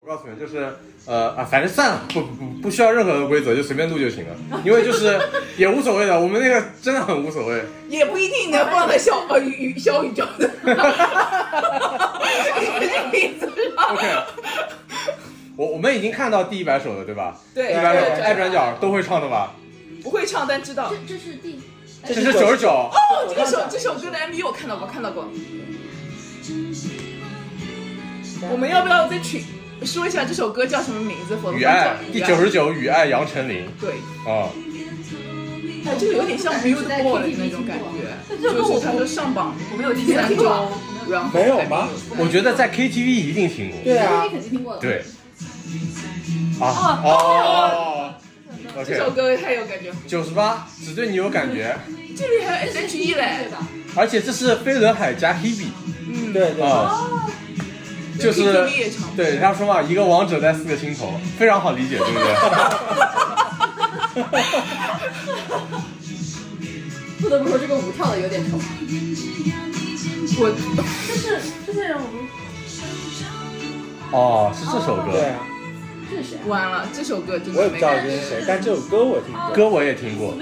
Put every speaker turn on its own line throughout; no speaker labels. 我告诉你们，就是呃啊，反正算了，不不不需要任何的规则，就随便录就行了，因为就是也无所谓的，我们那个真的很无所谓。
也不一定能放在小呃宇宇小宇宙 的例子上。
OK，我我们已经看到第一百首了，对吧？
对
一百
对
首
对
爱转角都会唱的吧？
不会唱，但知道。
这这是第，
这是九十九，
哦，这个首这首歌的 MV 我看到过，看到过。
嗯
我们要不要再去说一下这首歌叫什么名字？否则
雨爱第九
十
十九雨爱杨丞琳
对，
啊，
哎，这个有点像 Billboard 的那种感觉，就是他说上榜
我没有听
三周，然后
没有吗？
我觉得在 KTV 一定听过。
对啊
你，肯定听过的。
对，啊哦
这首
，OK，
歌太有感觉，
九十八只对你有感觉，
这里还有 SHE 嘞
对，吧？
而且这是飞轮海加 Hebe
嗯，
对对，
啊，就是。
KTV 也唱，
对，人家说嘛，一个王者在四个心头，非常好理解，对不 对？
不得不说这个舞跳的有点丑，
我
就是就是我们
哦，是这首
对
歌，
啊，
这是谁啊？
完了这首歌真
我也
的
不
没
知道
感
这
觉，
是谁，但这首歌我听过。
歌我也听过。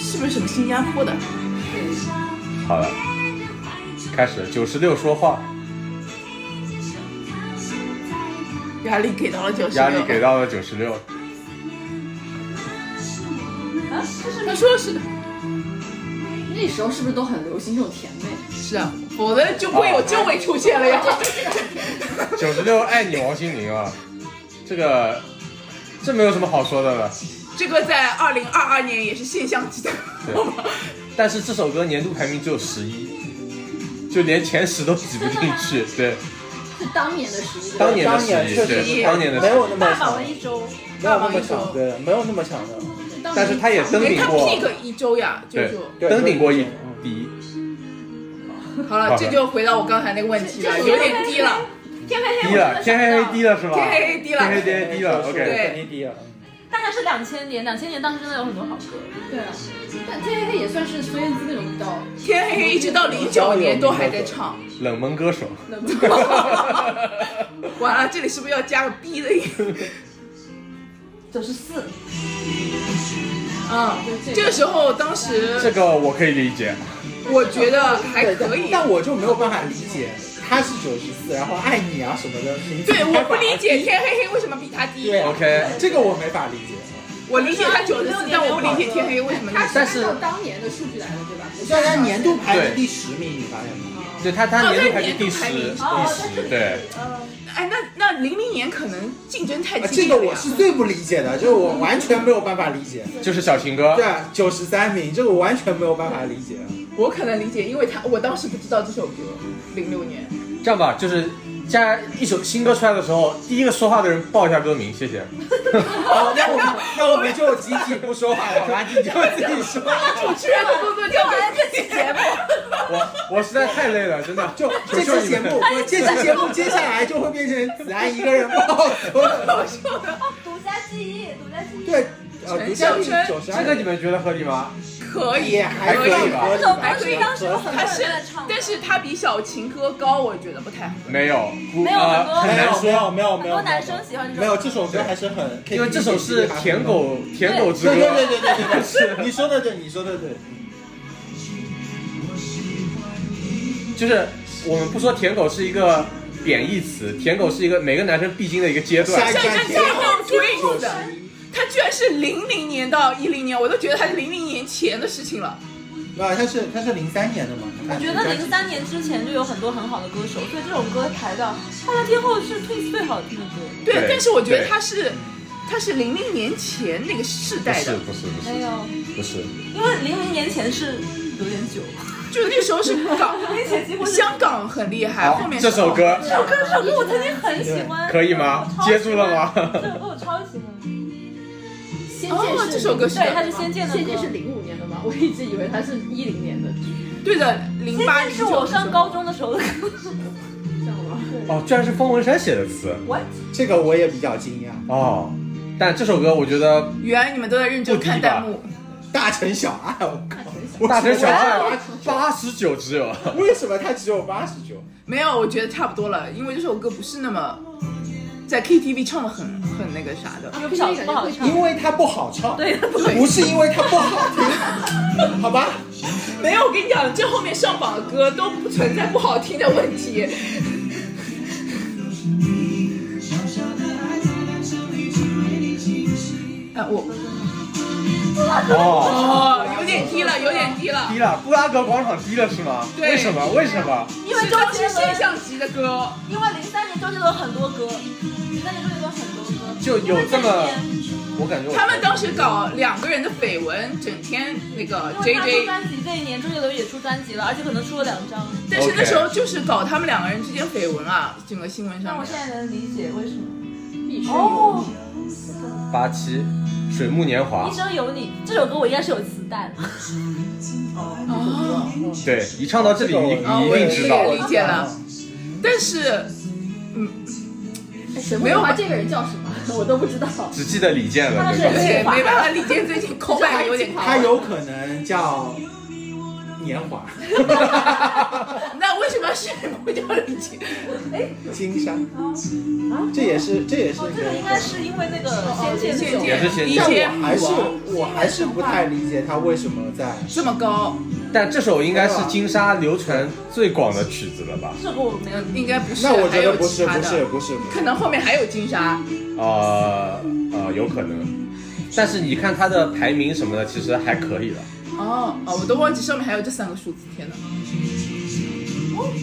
是不是什么新加坡的？
好了，开始九十六说话，
压力给到了九十
压力给到了九十六。
啊，这是
他说的是的，
那时候是不是都很流行这种甜妹？
是啊，否则就不会有政委出现了呀。
九十六爱你王心凌啊，这个这没有什么好说的了。
这个在二零二二年也是现象级的，
但是这首歌年度排名只有十一，就连前十都挤不进去。对，
是当年的十一。
当年的
当年
十一，
确实
对，当年的
没
十
有
一。
那么
法
强，
文一周，
没有那么强，对，没有那么强的。
当年
但是他也登
哎，
顶
他
过，
pick 一周呀，就
对
是
对
登顶过一
嗯
第一。
好了，这就回到我刚才那个问题了，有点低了。
天黑黑，
低了，天黑黑低了是吧？
天黑黑低了
天黑天黑低了。
对
OK，
肯定低了。
大概是两千年，两千年当时真的有很多好歌。
对啊，但天黑黑也算是孙燕姿那种比较
天黑黑一直到零九年都还在唱，
冷门歌 手。
冷门。
完了，这里是不是要加个 B 的音？
九十四，
嗯，这个时候当时
这个我可以理解，
我觉得还
对，
可
但
以，
但我就没有办法理解，他是九十四，然后爱你啊什么的，凭什么
对，我不
把他
理解天黑黑为什么比他低
对。啊
OK
这个我没法理解。
我理解他九十四，但我不理解天黑为什么低。
他
但是
按照当年的数据来的，对吧？
虽然年度排名第十名，你发现吗？
对他他
哦
年度
他
排名
年度
第
排
十
名，
哦
十
对，
哎，那那零零年可能竞争太
啊，
激
这
烈
个
了呀
我是最不理解的，就是我完全没有办法理解。
就是小情歌
对，啊，九十三名，这个我完全没有办法理解。
我可能理解，因为他我当时不知道这首歌，零六年。
这样吧，就是加一首新歌出来的时候，第一个说话的人报一下歌名，谢谢。
好，那我们那我们就集体不说话 了，好吧？你就自己说。
主持人的工作就完这期节目，
我我 实在太累了，真的。
就这
求求
期
你
节
们
目，不 这期节目接下来就会变成子安一个人报所有的。
独家记忆，独家记忆。
对，呃，
陈
独家
小春
九十二，
这个你们觉得合理吗？
可以
也。还可以吧？
这首歌
还可以
当时有很多
他
人
是
在唱，，
但是他比小情歌高，我觉得不太好。
没有，
没有很多
呃、很难
没
说，
有啊没有
很
没有，
多男生喜欢这
没
首
有
歌。
这首歌还是 很，
因为这首是舔。狗舔狗之
对对对
歌，
对对对，是你说的对，你说的对。
哎
就是我们不说舔狗是一个贬义词，舔狗是一个每个男生必经的一个阶段
下一。
像
站
像像像 Twins
九十
的，
一，
他居然是零零年到一零年，我都觉得他是零零年前的事情了。
啊，它是它是零三年的嘛？
我觉得零三年之前就有很多很好的歌手，所以这首歌排到大家听后是 Twins 最好听的歌。
对，
对
但是我觉得
对
他是他是零零年前那个世
不
代
是
的，
不是不
没
是
有，
不是，
因为零零年前是有点 久，
就那时候是 港
零零前几乎是。
香港很厉害，
好
后，面
这首歌
这首歌这首歌我曾经很喜欢，
可以 吗
我超喜欢
接住了吗
这首歌我超喜欢，
仙剑
哦
是，
这首歌是
对，它是《仙剑》的
仙剑是
歌。
零五年的吗？我一直以为它是一零年的，
对的，零八
仙剑是我上高中的时候的歌。
知道吗？
哦，居然是方文山写的词
What？
这个我也比较惊讶，
哦。但这首歌我觉得
原来你们都在认真看弹幕，
大城小爱，我靠，
那很
大城
小。
小爱
我
八十九只有，
为什么它只有八十 九？
没有，我觉得差不多了，因为这首歌不是那么在 KTV 唱的很很那个啥的。
又不小不好唱。
因为它不好唱，
对，不
对
不是因为它不好听， 好吧？
没有，我跟你讲，这后面上榜的歌都不存在不好听的问题。哎、我
哦，
哦，有点低了，有点低了，
低了，布拉格广场低了是吗？
对
为什么？为什么？
因为周
这
杰
是现
伦，
象级的歌。
因为零三年周杰伦很多歌，零三年周杰伦很多歌，
就有这么，我感觉我
他们当时搞两个人的绯闻，整天那个
因为他出
JJ，
专辑这一年，周杰伦也出专辑了，而且可能出了两张。
但是那时候就是搞他们两个人之间绯闻啊，整个新闻
但
上
我
面
现。在能理解为什么。
必须
哦
有，
八七水木年华
一，生有你这首歌我应该是有磁带的，
哦，
对，一唱到这里，你
哦
你一定知道
我理解了。但是
哎水木年华这个人叫什么？我都不知道。
只记得李健了，
他
对
是
吧？
对，没办法，李健最近口感有点啊高。
它有可能叫年华、
那为什么是不叫李健？
金山，这也是这也是
哦，
一
哎这个应
个。
该是因为那个哦仙剑
仙
那
剑
种。
也是仙
李
剑
但
健
我还是我还是不太理解他为什么在
这么高，
但这首应该是金沙流传最广的曲子了吧？
这个我没有，
应该不是。
那我觉得不是
还有
不
其他
是
的，
不是，不
可
是
能后面还有金沙。
呃呃，有可能。但是你看它的排名什么的，其实还可以的。
哦哦，我都忘记上面还有这三个数字，天哪！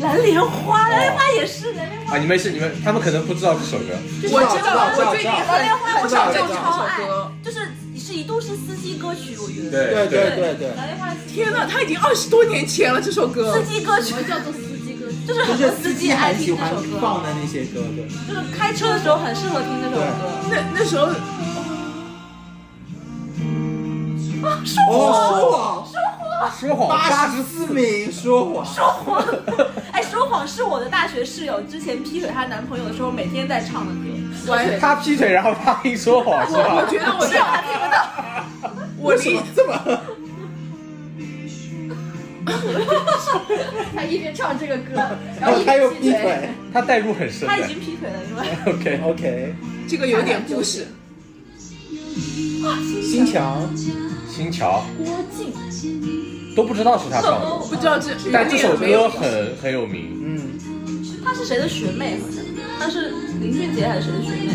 蓝莲花，蓝莲花也是蓝莲花。
啊，你没事，你们他们可能不知道这首歌。
哦
我知道，我最近
蓝
很
莲花我小时候
知道
超
这
爱
首歌，
就是是一度是司机歌曲，我觉得。
对
对对对对，
蓝莲花是司机
天哪，他已经二十多年前了，这首歌
司。机歌
什
曲
么叫做司机歌？
就是
就
很多
是
司
司
机
机
爱
很喜
听这
欢
首歌，
放的那些歌，对，
就是开车的时候很适合听这首歌。
那那时候
哦，说
说谎
谎，八
八
十
十
四名说谎，
说谎，哎，说谎是我的大学室友之前劈腿她男朋友的时候每天在唱的歌。
完，
他劈腿，然后他硬说谎是
我
吧？
觉得我
这啊还听不 到，
我理
这么
他一边唱这个歌，
然后他又哦闭嘴。
他代入很深
他已
的。
经劈腿了，因为
OK，
，OK，
这个有点故事。
心墙
新桥
郭靖，
都不知道是他唱的，
不知道这，
但这首
有没有
歌很很有名。
嗯，
她是谁的学妹？好像她是林俊杰还是谁的学妹？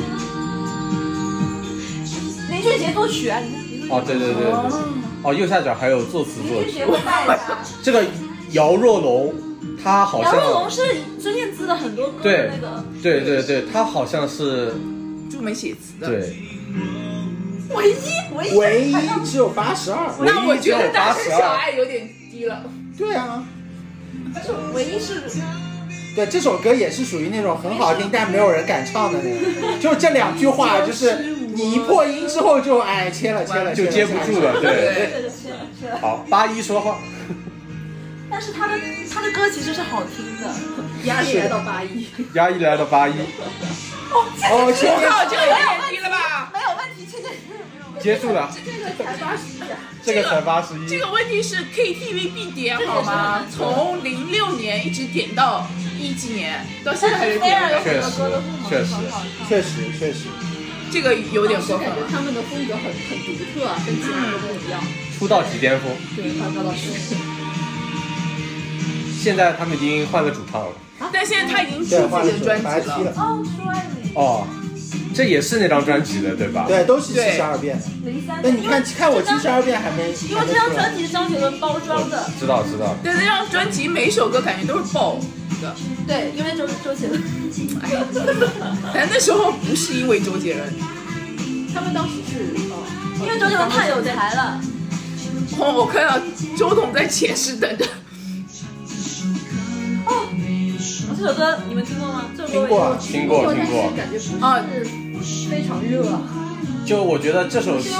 林俊杰作曲啊，你看
哦，对对对对对。哦，右下角还有作词作
林俊
曲。
杰会带的啊。
这个姚若龙，他好
杨若龙
像
是孙燕姿的很多歌
对
的那个，
对对对，他好像是
朱梅写词的。
对。
唯一唯一
唯一只有八十二，
那我觉得大城
唯一只有
小
82
爱有点低了。
对啊，
但是 唯一是
对，这首歌也是属于那种很好听，但没有人敢唱的那种，就这两句话，就是你一破音之后就哎切了切了，
就接不住了，对。
对，
是是，
好，八一说话，
但是他的他的歌其实是好听的。
压力来到八一，
压抑来的八一，
哦，切
我靠，这个有点低了吧？
没有问题，这个
结束了，
啊
这个才八十一，
这
这个才八十一，
个问题是 KTV 必点好吗？从零六年一直点到一几年，到现在还是
虽然 有
点，
很多歌都不
确实
很好唱，
确实确实，
这个有点过分
我感觉
了。
他们的风格很很独特啊，跟其他人不一样。
出道即巅峰，
嗯
对，他高老师，
现在他们已经换了主唱了。
但现在他已经
对，
出
换
自己
了
的专
首白
辑
踢
了，
了，
哦，说爱你
哦，这也是那张专辑的，对吧？。
对，都是七十二变的。
零三
那
年，
你看看我七十二变还没，
因为这张专辑是张学伦包装的，
知道知道，
但那张专辑每首歌感觉都是爆的。
对，因为周周杰伦，
哎，但那时候不是因为周杰伦，
他们当时是哦，
因为周杰伦太有才了，
哦，我看到周董在前室等着。
这首歌你们听过吗？这首歌
听过啊，
听过听过
但是。感觉不
哦
是非常热。啊
就我觉得这首是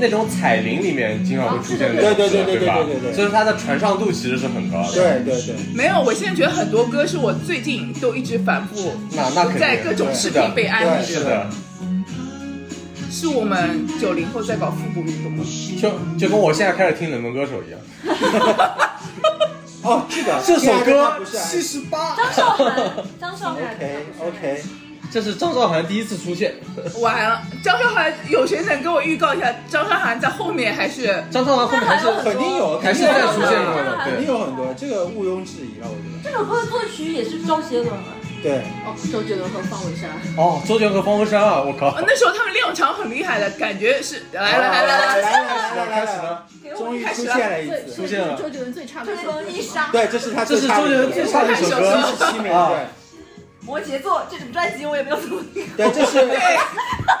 那种彩铃里面经常会出现的，
对对对对对
对吧
对对对对
就是它的传唱度其实是很高的。
对对对，
没有，我现在觉得很多歌是我最近都一直反复
那那肯定
在各种视频被安利
对
是的，
是我们九零后在搞复古运动吗？
就就跟我现在开始听冷门歌手一样。
哦，这个
这首歌
不是
七十八，
张韶 涵，张韶涵
OK OK，
这是张韶涵第一次出现。
完了，张韶涵有谁能给我预告一下？张韶涵在后面还是
张韶涵后面还是
肯定有，
还
肯
是
定有
在出现过
张韶
的，
涵
肯定
对。
有很多，这个毋庸置疑了，我觉
这首歌的作曲也是周杰伦
得。
啊。
对，
哦，周杰伦和方文山，
哦，周杰伦和方文山啊，我靠
呃！那时候他们两场很厉害的感觉是来了来了来哦了，
来来来
开
来
始了
来了，，终于出现了一
最
次，
出现了
周杰伦最差的
这
一首歌
个
是
一
什么
伤，
对，这是他
这是周杰伦最差的一首
第
歌。
十七名，
啊
对
摩羯座这种专辑我也没有怎么听过。
对，这是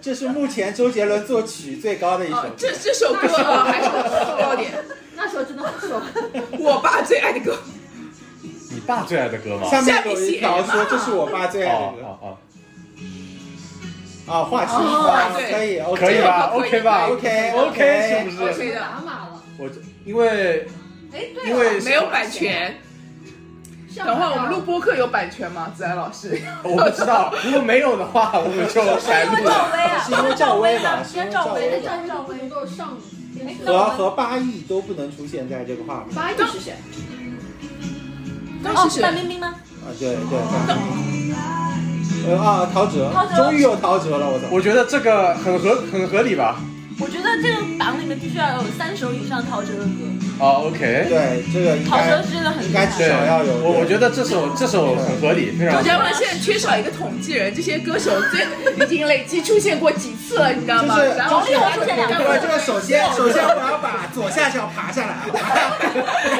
这是目前周杰伦作曲最高的一首
哦
歌，，
这这首歌 啊还是高点，
那时候真的很 瘦，
我爸最爱的 歌。
你爸最爱的歌吗？
下面有一条说这是我爸最爱的歌
哦哦
啊，画七
哦
啊，
对
可以
哦，
OK
可以吧
可以
？OK 吧
可以
？OK
？OK 是不是？
OK 的
打码了。
我因为
哎，对
因为
了，
啊没有版权。
上海
等会儿我们
要
录播客有版权吗？子安老师，
我不知道，如果没有的话，我们就改
因为
录
赵
了。
薇啊，
是因为赵薇吧
是因为赵
哎
薇
那
的，
张
赵
张不能
薇。
够上电
哎
视。
和和八亿都不能出现在这个画面
八亿是谁？
当
哦，
时
范
是
冰冰吗？
啊，对对。呃啊，陶喆
陶，喆
终于有陶喆了，我操！
我觉得这个很合很合理吧？
我觉得这个榜里面必须要有三首以上陶喆的歌，
哦，OK，
对这个应
陶喆
该
真的很
应
厉
该
害。
至
对
少要有，，
我我觉得这首这首很合理，非常合理
周杰。 伦现在缺少一个统计人，这些歌手最已经累计出现过几次了，你知道吗？
就是
然后
就是
我们
两
对，这个首先首先我要把左下角爬下来啊，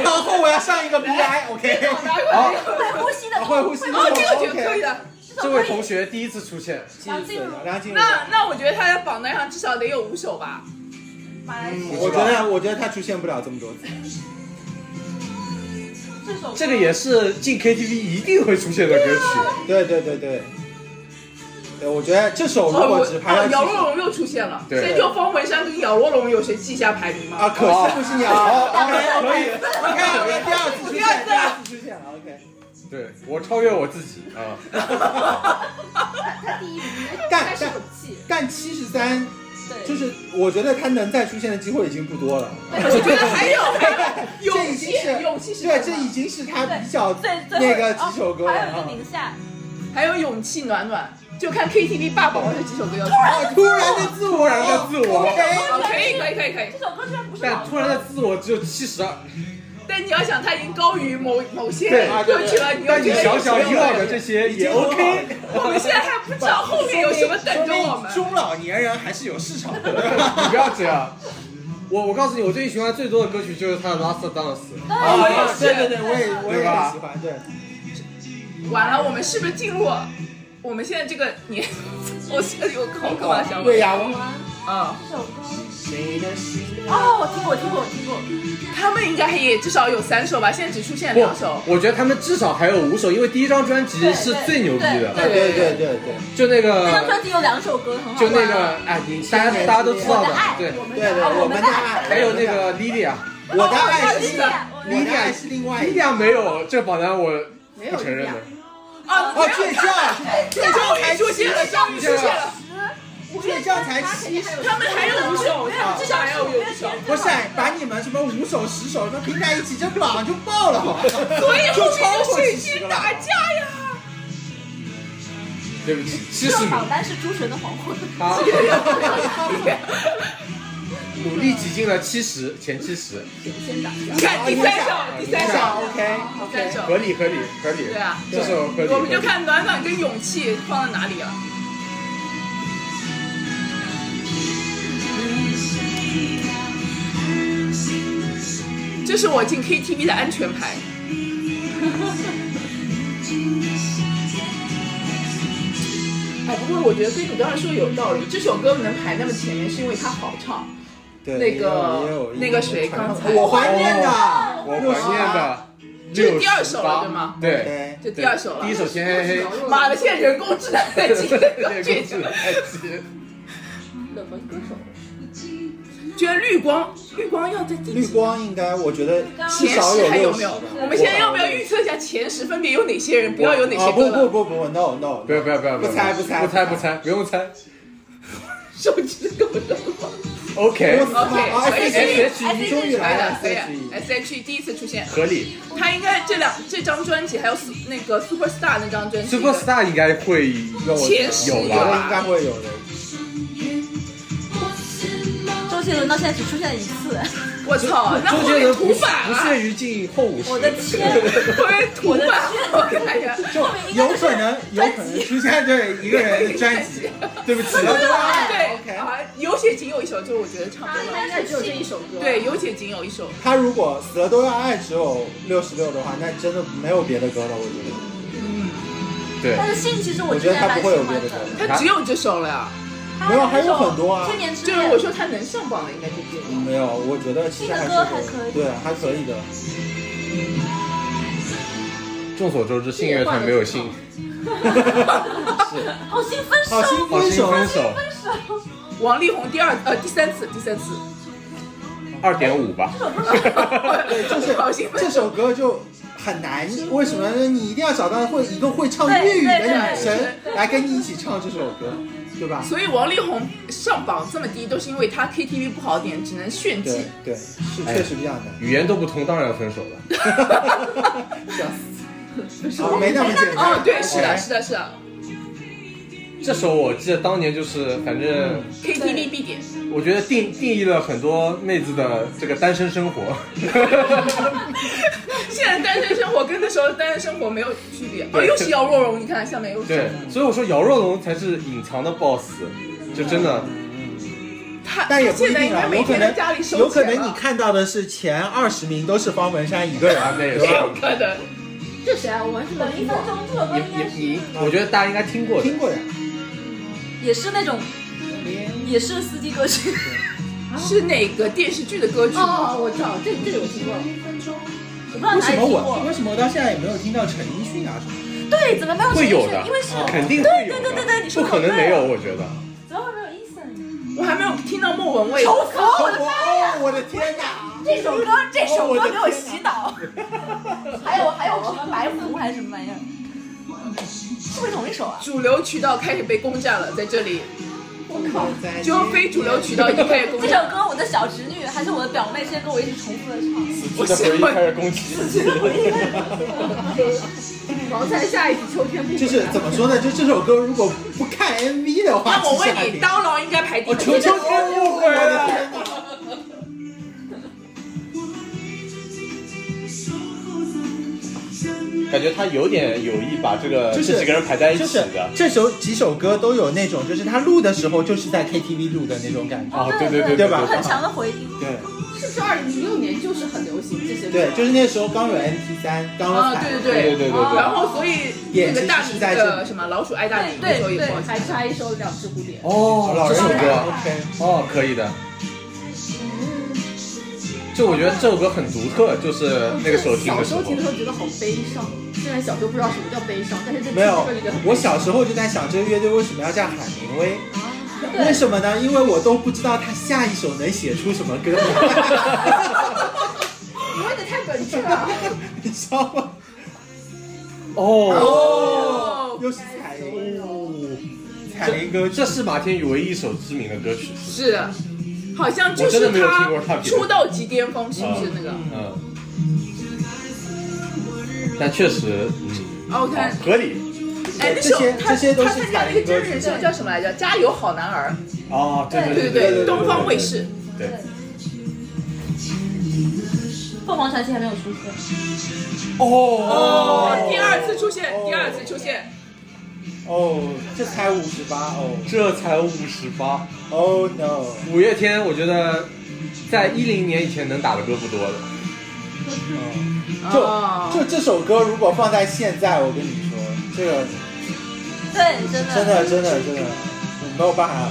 然后我要上一个 BI，OK，
好，
哦
会呼吸的，
会呼吸
会
哎哦，这个觉
OK
得可以的。
这位同学第一次出现，
梁静茹
梁静茹。
那那我觉得他在榜单上至少得有五首吧。
马来西亚
我觉得，我觉得他出现不了这么多次。
这首歌
这个也是进 KTV 一定会出现的歌曲。
对对对对，对，我觉得这首如
哦
果只排到
哦
几
姚若龙又出现了，所
对
以就方文山跟姚若龙有谁记一下排名
啊，
吗？
可惜不是鸟。OK
可以
OK OK OK，第二次出现，第二次出现了。OK，
对我超越我自己啊！
他第一名，
干
他是有气。
但七十三
对，
就是我觉得他能再出现的机会已经不多了。
我觉得还有还有
这
勇
已经
气，
是
勇气是
对，
什
这
么
已经是他比较
最最
那个几首歌
哦
了
还有一
啊
个。宁夏，
还有勇气暖暖，就看 KTV 霸榜这几首歌要出。
哦，突然的自我，
突然的自我
OK，
哦可以可以可以可以，
这首歌居然不是
但
老
突然的自我只有七十二，
但你要想，他已经高于某某些
对
啊
歌曲了，你又
但你
觉得
想想以往的这些
已
也
经很好
OK。
我们现在还不知道后面有什么等着我们。
中老年人还是有市场的。
你不要这样。我我告诉你，我最近循环最多的歌曲就是他的《Last Dance》。
啊
也是
对对对，我也我也
对吧
很喜欢，对。
完了，我们是不是进入我们现在这个年？ 我现在有口渴了，小
对
伟。
呀，我
啊，
这首歌
谁的心
哦，我听过，我听过，我听过。
他们应该也至少有三首吧，现在只出现两首。
不，我觉得他们至少还有五首，因为第一张专辑是最牛逼的，
对对对对对。
哦
就那
这张
个，
专辑有两首歌很好
就
玩，
那个，哎，你大家大家都知道
我
的
的爱，，
对，
对对，我们的爱，
还有那个 Lilia，Lilia
我的爱是
我的爱
我的爱是另外一个。
没有这个榜单我
没有
不承认的，
啊，
哦，倔强，倔强
终
才
于出现了，终于出现了。
倔强才七十。
他们还有五首，他们至少还有五首。
不是，把你们什么五手十手什么拼在一起，这榜就爆了，好吧？
所以
就
后
超
面
过
水
七
军
十个了。
打架呀。
对不起，七十
这张
名
榜，单是《诸神的黄昏》。
他努力挤进了七十前七十，
先打一下
你。看第三首，第三首，
OK
第三
OK。
首。
合理合理合理，
对啊
这首合理，
我们就
合理
看暖暖跟勇气放在哪里啊了。这是我进 KTV 的安全牌。哎，不过我觉得对古当然说有道理，这首歌能排那么前面是因为它好唱。
对
那个
也有也有
那个谁刚才
我怀念啊的，
我怀念的
这是
六
第二
十
首了
八
对吗，
对，
对，
这第二首了。
第一首先黑黑。
妈的，现在人工智能在进行
对，
这
这个
种。
太急。
冷门歌手，
居然绿光，绿光要在第
绿
几？
光应该我觉得至
前
少
十还有
六
没
十
有
吧。？
我们现在要不要预测一下前十分别有哪些人？不要有哪
啊
些
不
歌了。
不不不，no no，
不要不要不要！
不猜不
不
猜
猜不猜，不用猜。
手机的狗肉吗
OK，
啊
OK，
S
可以
H E 终于
可以
来
的
了，
可以
S
的
H E。
S H E 第一次出现，
合理。
他应该这两这张专辑还有 su- 那个 Superstar 那张专辑
Superstar 应该会有
前十
有
我觉得
吧？
应该会有的。
周杰伦到现在只出现了一次，
我操，那
周
会
杰
被
伦
土
不
版
不
啊，
屑于进后五十。
我的天！
会被土啊版，我感觉。
就有可能，有可能出现对一个人的专辑。对 不起，
对
OK
啊，有且仅有一首，就是我觉得唱不
应该只有这一首歌。
对，有且仅有一首，
他如果死了都要爱只有六十六的话，那真的没有别的歌了，我觉得。
对
但，是信其实我
我
之
觉得
前
他
蛮
不
喜
会有别
欢
的歌了。
他只有这首了呀。
他
没有还有
那种
很多啊
千年之
就
恋
是我说他能上榜的应该就这 个。
没有，我觉得其实还是
这个歌还可以
对，还可以的。
众所周知，信乐团没有信，
是，
好心分
好
手，
心
好
分
心
手，
分手
王力宏第二呃第三次第三次，
二点五吧。
对，就
好
是
心分
这首歌就很难。为什么呢？你一定要找到会一个会唱粤语的女神来跟你一起唱这首歌，对吧？
所以王力宏上榜这么低，都是因为他 KTV 不好点，只能炫技
对。对，是确实比较难。
语言都不通，当然要分手了。
笑死！啊，没那么简单。
哦，对，是的，
OK
是的，是的
这首我记得当年就是，反正
，KTV 必点。
嗯
我觉得定定义了很多妹子的这个单身生 活。
现在单身生活跟那时候单身生活没有区别。哦，
对
又是姚若龙，你看下面又
对
是，
所以我说姚若龙才是隐藏的 boss，就真的
他，
但也不一
现在
定
应该
啊，
每
有可
天在家里
能
收
有可
钱
能你
了。
看到的是前二十名都是方文山一个人，
那也
对吧？
是。
可能
这谁啊？我完全没
等一
听
分
过。
钟，这首歌
你
应该是
你你，我觉得大家应该听过的
听过呀，
也是那种，也是司机歌曲，
是哪个电视剧的歌曲吗？
哦，我知道，这这个我听过。
我不知道
为
哪
什
里
么
听
我
过。
为什么我到现在也没有听到陈奕迅啊什么？
对，怎么没有陈
会
奕
有
迅
的
因为是
哦
肯定会有的，
对对对对对你说
不
得
可能
对啊
没
了
有，我觉得。
怎么会没有
我
Eason？
还没有听到莫文蔚。
愁死我了！
哦，我的天哪！
这首歌，这首歌给我洗脑。还有还有什么白狐还是什么玩意儿？是不是同一首啊？
主流渠道开始被攻占了，在这里，
我靠
就非主流渠道已经开始攻
这
占。
首歌我的小侄女还是我的表妹，现在跟我一直重复的唱。
我的回忆开始攻击。
王才下一曲《秋天不悔》。
就是怎么说呢？就这首歌如果不看 MV 的话，
那我
其实还
问你，
挺
刀郎应该排第
我求
几？
求天不
啊
悔了。
感觉他有点有意把这个、
就是
这几个人排在一
就
起
是
的。
这首几首歌都有那种，就是他录的时候就是在 KTV 录的那种感觉。
哦，对
对
对对
对吧
很强的回忆。
对
是不是二零零六年就是很流行这些歌？
对，就是那时候刚有 MT 三，刚有
啊，
彩
对
对
对
对对对对
然后所以那个大米的什么老鼠爱大米那时候也火起来
还差一首《两只蝴蝶》。
哦，
老
这
人
首
有
歌
OK，
哦，可以的。就我觉得这首歌很独特，就是那个时候听
小
的时
时
候
候，听的时候觉得好悲伤，虽然小时候不知道什么叫悲伤，但是这
没有
这个就觉得很悲伤。
我小时候就在想，这个乐队为什么要叫海明威？为什么呢？因为我都不知道他下一首能写出什么歌来，
你问的太本质了。
你知道吗？
哦，
哦，
又是彩铃，彩铃歌曲
这是马天宇唯一一首知名的歌曲，是
是，好像就是
我真的没有听过他
他
别的
出道即巅峰，是不是
嗯
那个？
嗯。但确实，
哦，我
嗯，
看
好，合理
哎，那
这
首
些
他
这些都
他
是
参加那个真人秀叫什么来着？《加油好男儿
哦，对》
对
对对，
东方卫视。
对，
凤凰传奇还没有出现，
哦
哦，
第二次出现
哦，
第二次出现，
哦，这才五十八哦
这才五十八。
，Oh no，
五月天，我觉得在一零年以前能打的歌不多的。
嗯
哦
就就这首歌如果放在现在，我跟你说，这个
对，真的，
真的真的真的，我没有办法。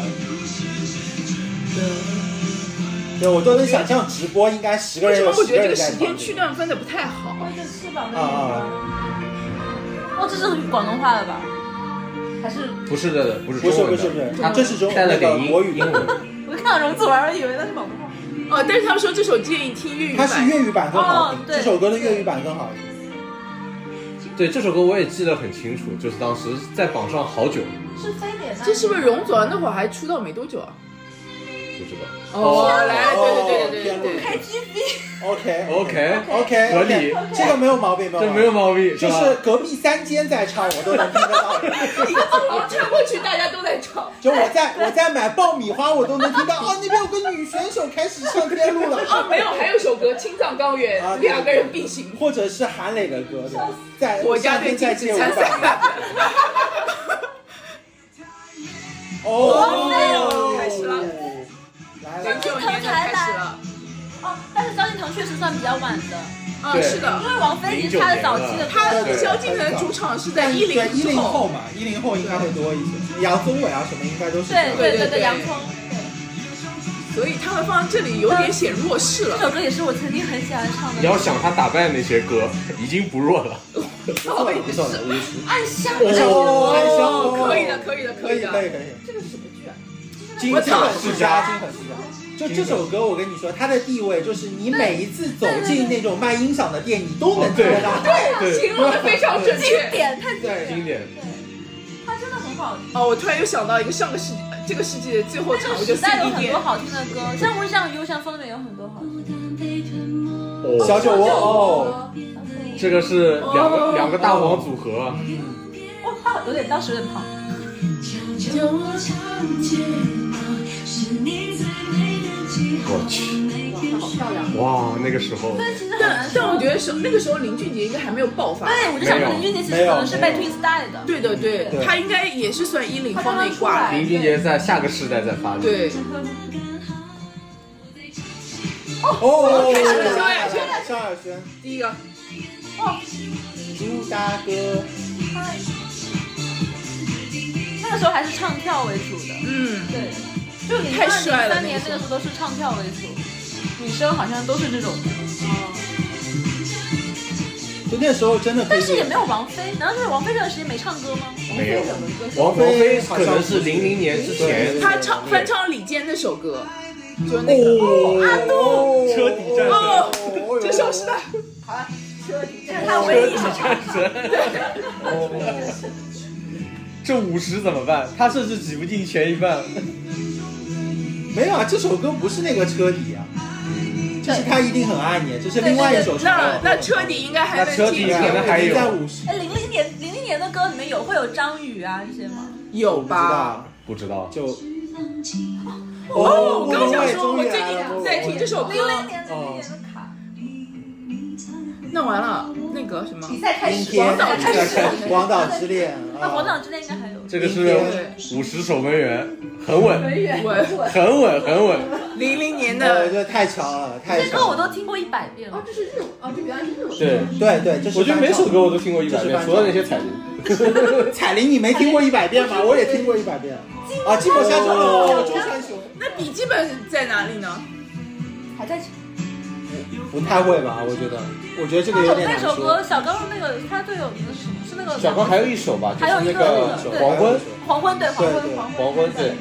对，我都能想象直播应该十个
为
人
什么
有
我
十
觉得
个
这个
人在
时
旁
间
边
区段分的不太好？
挥着翅膀的
啊啊
女孩。哦，这是广东话的吧？还是
不是的，不是
不
中
是
文的，
不是不是，
他
这是中
带了
那
点
个
英
国语
英文。
我看到容祖儿，以为那是广东话。
哦，但是他们说这首建议听粤语
它是
版。
粤语版更好听
哦，对
这首歌的粤语版更好听。
对这首歌我也记得很清楚，就是当时在榜上好久，
是非典那
这是不是容祖儿那会儿还出道没多久啊？哦
不知道。
哦
来，对对对对对对，
开 G V？
OK
OK，
OK，
合理，
这个没有毛病，
这没有毛病，
就是
吧
是隔壁三间在唱，我都能听得到。
我转过去，大家都在 唱。
就我在我在买爆米花，我都能听到啊，那边有个女选手开始上天路了
啊，
啊，
没有，还有首歌《青藏高原
啊》，对
两个人并 行，
或者是韩磊的歌，对吧在
国家队
天
禁
在
止
街舞
参
吧。
赛。
哦，
开始了
来
零
了，
九年就开始了，
哦，但是萧敬腾确实算比较晚的，
嗯，
对
是的
因，为王菲已经她的早期的歌。
他
对
萧敬腾主场是在一
对
零
一
之
零
后，
后嘛，一零后应该会多一些，杨宗纬啊什么应该都是
对
对
对
对
对对，洋
对
葱。对
所以他们放在这里有点显弱势
这
了。
嗯
首歌也是我曾经很喜欢唱的。
你要想他打败那些歌， 已经不弱了。
不错的不错的，无耻
暗香，
哦暗香
可以的，可以的，
可
以
以可
的。
以可以。
这个是什么剧啊？
金粉世家，金粉世家。就这首歌，我跟你说，它的地位就是你每一次走进那种卖音响的店，你都能听得到。
对，
形容的非常准确。
点太对，
对，
经典。
它真的很好听。
哦，我突然又想到一个上个世纪呃这个世纪的最后
这
产
个
物，就
时代有
CD
很
店
多。好听的歌，像《我像忧伤风筝》有很多好听。
哦
小酒窝哦，
这个是两个两个大王组合，
哇，他有点当时有点胖。
我去，
好漂亮。
哇，那个时候
但其实很
但
难
但我觉得是那个时候林俊杰应该还没有爆发。
对，我就想说林俊杰其实可能是被 Twins 带的。
对的，对
对
他应该也是算一零后那一
他刚刚出
挂
来
的。
林俊杰在下个世代在发展。
对，
哦，
萧亚轩
萧亚轩，
第一个
金大哥，
那个时候还是唱跳为主的。
嗯，
对，就零
太
二
帅
零
了
三年那个时候都是唱跳为主，女生好像都是这种。
就那时候真的可
但
以。
是也没有王菲，难道是王菲这段时间没唱歌吗？
没有
王菲怎么歌手？
王菲可能是零零年之前
对，
他唱翻唱李健那首歌，就是那个
哦，阿杜
车底战神
哦，这消失了。
这
这
是
是
他
他
唯
唯
一
一
一
一
首
首
战神。这五十怎么办？他甚至挤不进前一半。
没有啊，这首歌不是那个车底啊，就是他一定很爱你，这是另外一首歌。
那那车底应该还能
那车
进
底可能
前
还
已
有
经在五十，
哎，零零年零零年的歌里面有会有张宇啊这些吗？
五有
不知道
吧？。
不知道，
就
哦，
哦
我刚想说，我
终于
最
来了
近在听这首
零
歌，
零年零零年的
哦
卡，
那完了，那个什么，
比赛开
今
始，
天
王导之
《广岛之恋》
那
啊
黄岛之恋应该还有。
这个是
对
五十守门员，很稳，
很远
我
很稳，很稳。
零零年
我
的
觉得太强了，太
这
强
歌我
了。
都听过一百遍
哦
了，。
这是日文，哦，这原来是日文。
对，
对对，这是
我觉得每首歌我都听过一百
这是
遍，
翻唱
除了那些彩铃。
彩铃你没听过一百遍吗？我也听过一百遍。啊，寂寞山丘哦，中山雄。
那笔记本在哪里呢？
还在唱。
不太会吧？我觉得，我觉得这
他
个有
有
点
那
难
首
说
歌，。小刚那个他最有名的是什么？是那个
小刚还有一首吧，就
还有
是
一
那
个
个
那个
黄昏，
黄昏对黄
对对
昏黄昏
黄昏对。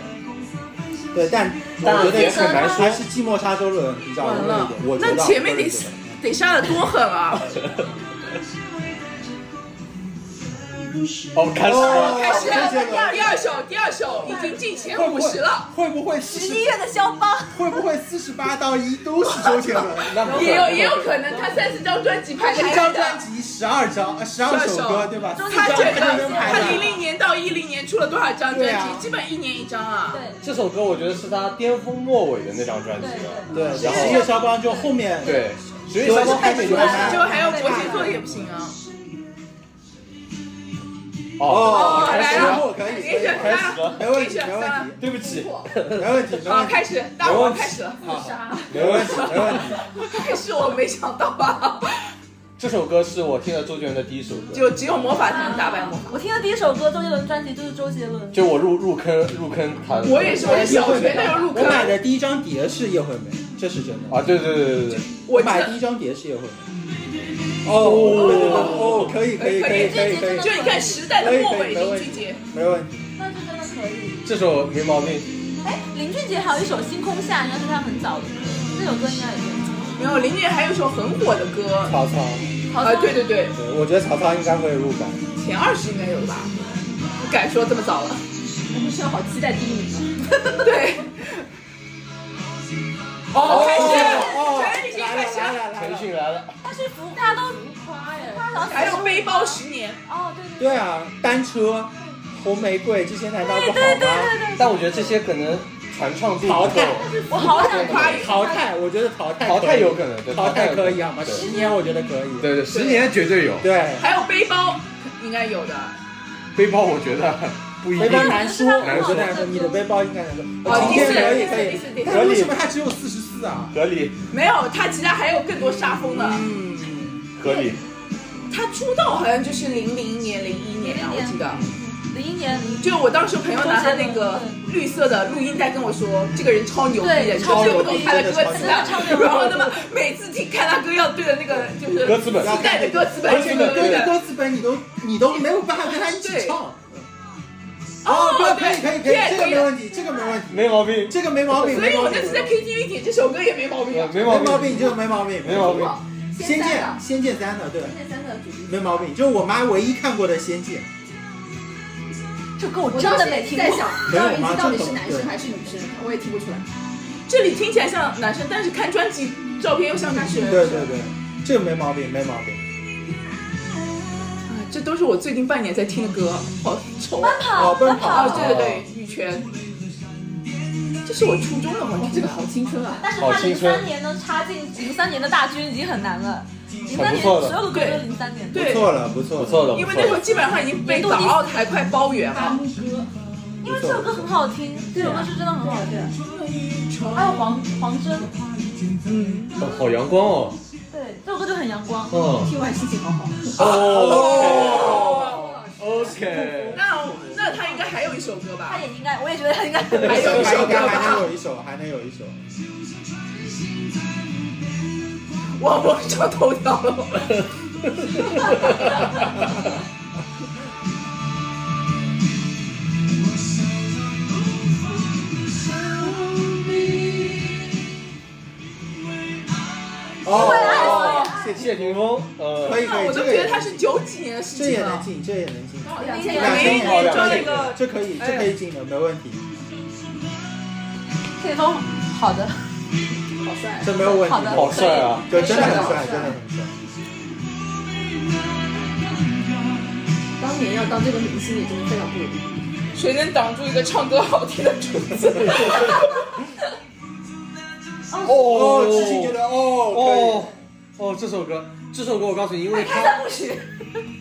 对，但
但
我觉得
也很难说。
还是寂寞沙洲论比较
完
容易一
了
呃点。我，觉
那
得
前面得
我觉得
得杀的多狠 啊！
哦，开始
哦
了，
开始
谢谢
第二第二首，第二首已经进前
会
五
不会
十了，
会不会四
十
十
一？月的肖邦，
会不会四十八到一都是周杰伦？
那 不
也有也有
能
可能他三十张专辑排的
一张专辑十二张，呃十二首歌，对吧？
他整
这
个他零
的。
零年到一零年出了多少张
对
专
啊
辑？基本一年一张啊。
对，
这首歌我觉得是他巅峰末尾的那张专辑了。
对，然后月肖邦就后面
对，十月肖邦还没
对
出
啊
就还有摩羯座也不行啊。
哦
哦，
开始
来啊了
了，
我可以，
连选
没
开
三
始了，
问
哎
题，没问题，
对不起，
没问题，没
啊，
问题，
开始，大伙开始了，
没问题，没问题。
还是我没想到吧？
这首歌是我听了周杰伦的第一首歌，
就只有魔法才能打败魔法。
我听的第一首歌周杰伦专辑就是周杰伦。
就我入入坑入坑他的。
我也是，我是小学那时候入
我买
坑，
的第一张碟是叶惠美，这是真的。
啊，对对对对对对，
我记
买
得
第一张碟是叶惠美。哦哦，可以可以可以可以可以，
就你看时代的末尾，林俊杰，
没问题。
那就真的可以。
这首没毛病。
哎，林俊杰还有一首《星空下》，应该是他很早的歌，这首歌应该也是。
没有林俊杰还有一首很火的歌，
曹操，
啊、对对对，
对我觉得曹操应该会入榜。
前二十应该有吧？不敢说这么早了。
我们是要好期待第一名啊！
对，
哦
开始
哦
陈奕迅开始
来了来了来
腾
了，
讯来了，
但是服大家都
夸呀！
他好像
还有背包十年，
哦，对对对
对啊，单车、红玫瑰这些难道不好
对对
吗？
对对，
但我觉得这些可能传唱度
淘
不够
汰，
我好想
夸一
淘汰，我觉得淘汰
淘汰
可以
有可能，对
淘汰可以好
啊，
吗？十
对
年我觉得可以。
对对，十年绝对有，
对，
还有背包应该有的。
背包我觉得不一
背
定。
包难说，
难
我
说
觉得难说。你的背包应该难说。
哦
我今
第
天
四
可以
第四
可
第四
以，
第四
但是为什么他只有四十四啊？
合理
没有，他其他还有更多杀疯的。
嗯，
合理，
他出道好像就是零零年、零一年啊，我记得。
零一年零
就我当时朋友拿他那个绿色的录音带跟我说，这个人超牛逼的，
对
你
超
听
牛
不
逼
懂他的歌词啊
真的超牛逼
然后他们每次听看他歌要对着那个就是
歌词本
要
自带的歌词本，
歌
而
词
且
对
你
本
对
跟着
对。
歌词本，你都你都没有办法跟他一起唱。
哦
对，可以可以可以，
对
这个没问题，这个没问题，
没毛病，
这个没毛病，
所以
没毛
我
病
这次在 KTV 点这首歌也没毛病啊。
呃没毛
没
病，
毛病，这个没毛病，
没毛病。
仙
三
剑，
的，
仙剑三的，对，
仙剑三的主题曲
没毛病，就是我妈唯一看过的仙剑。
这歌我
我
真
当
的
时
没
也是
听
在
过。
想，
没有
赵云
吗
熙到底
这
是
种
男
对
生还是女生，我也听不出来。
这里听起来像男生，但是看专辑照片又像女生。
对对对，这个没毛病，没毛病。
啊，这都是我最近半年在听的歌，好丑啊！
哦，奔跑
啊，，对对对，羽泉，这是我初中的问题，这个好
青春啊！
但是
好
他
青
零
春
三年能插进零三年的大军已经很难了，零
很
三
不
年
错的
所有的歌都是零三年的。
不
对，
错了，不错了，
不错的，
因
不错
为那时候
的。
基本上已经被港澳台快包圆了。
因为这首歌很好听，这首歌是真的很好听。还有黄黄真，
哦好阳光哦，
对，这首歌就很阳光。
嗯，
听完心情好好。
哦，OK，
那那他应该还有一首歌
他
吧？
也应该，我也觉得他应该。
还有一
还
首
应该
歌
还能
吧？
有一首，还能有一首。
我我上头条了。
哦，谢谢，
谢霆锋，呃，
可以可
那
以，
我
这
都
个
觉
也
得他是九几年的事
这也
情
能
了。
进，这也能进，
两
千
千
两
年
千
年
年装了
两
一个，
这可以，这可以进的，没问题，
谢霆锋，好的，
好帅
这没有问题
好的，
好帅啊！
对，真的很帅，
好帅
真的很帅。
当年要当这个明星也真的非常不容易。
谁能挡住一个唱歌好听的主子？
哦，自己觉得哦
哦，哦，这首歌，这首歌我告诉你，因为
开
它
山不许。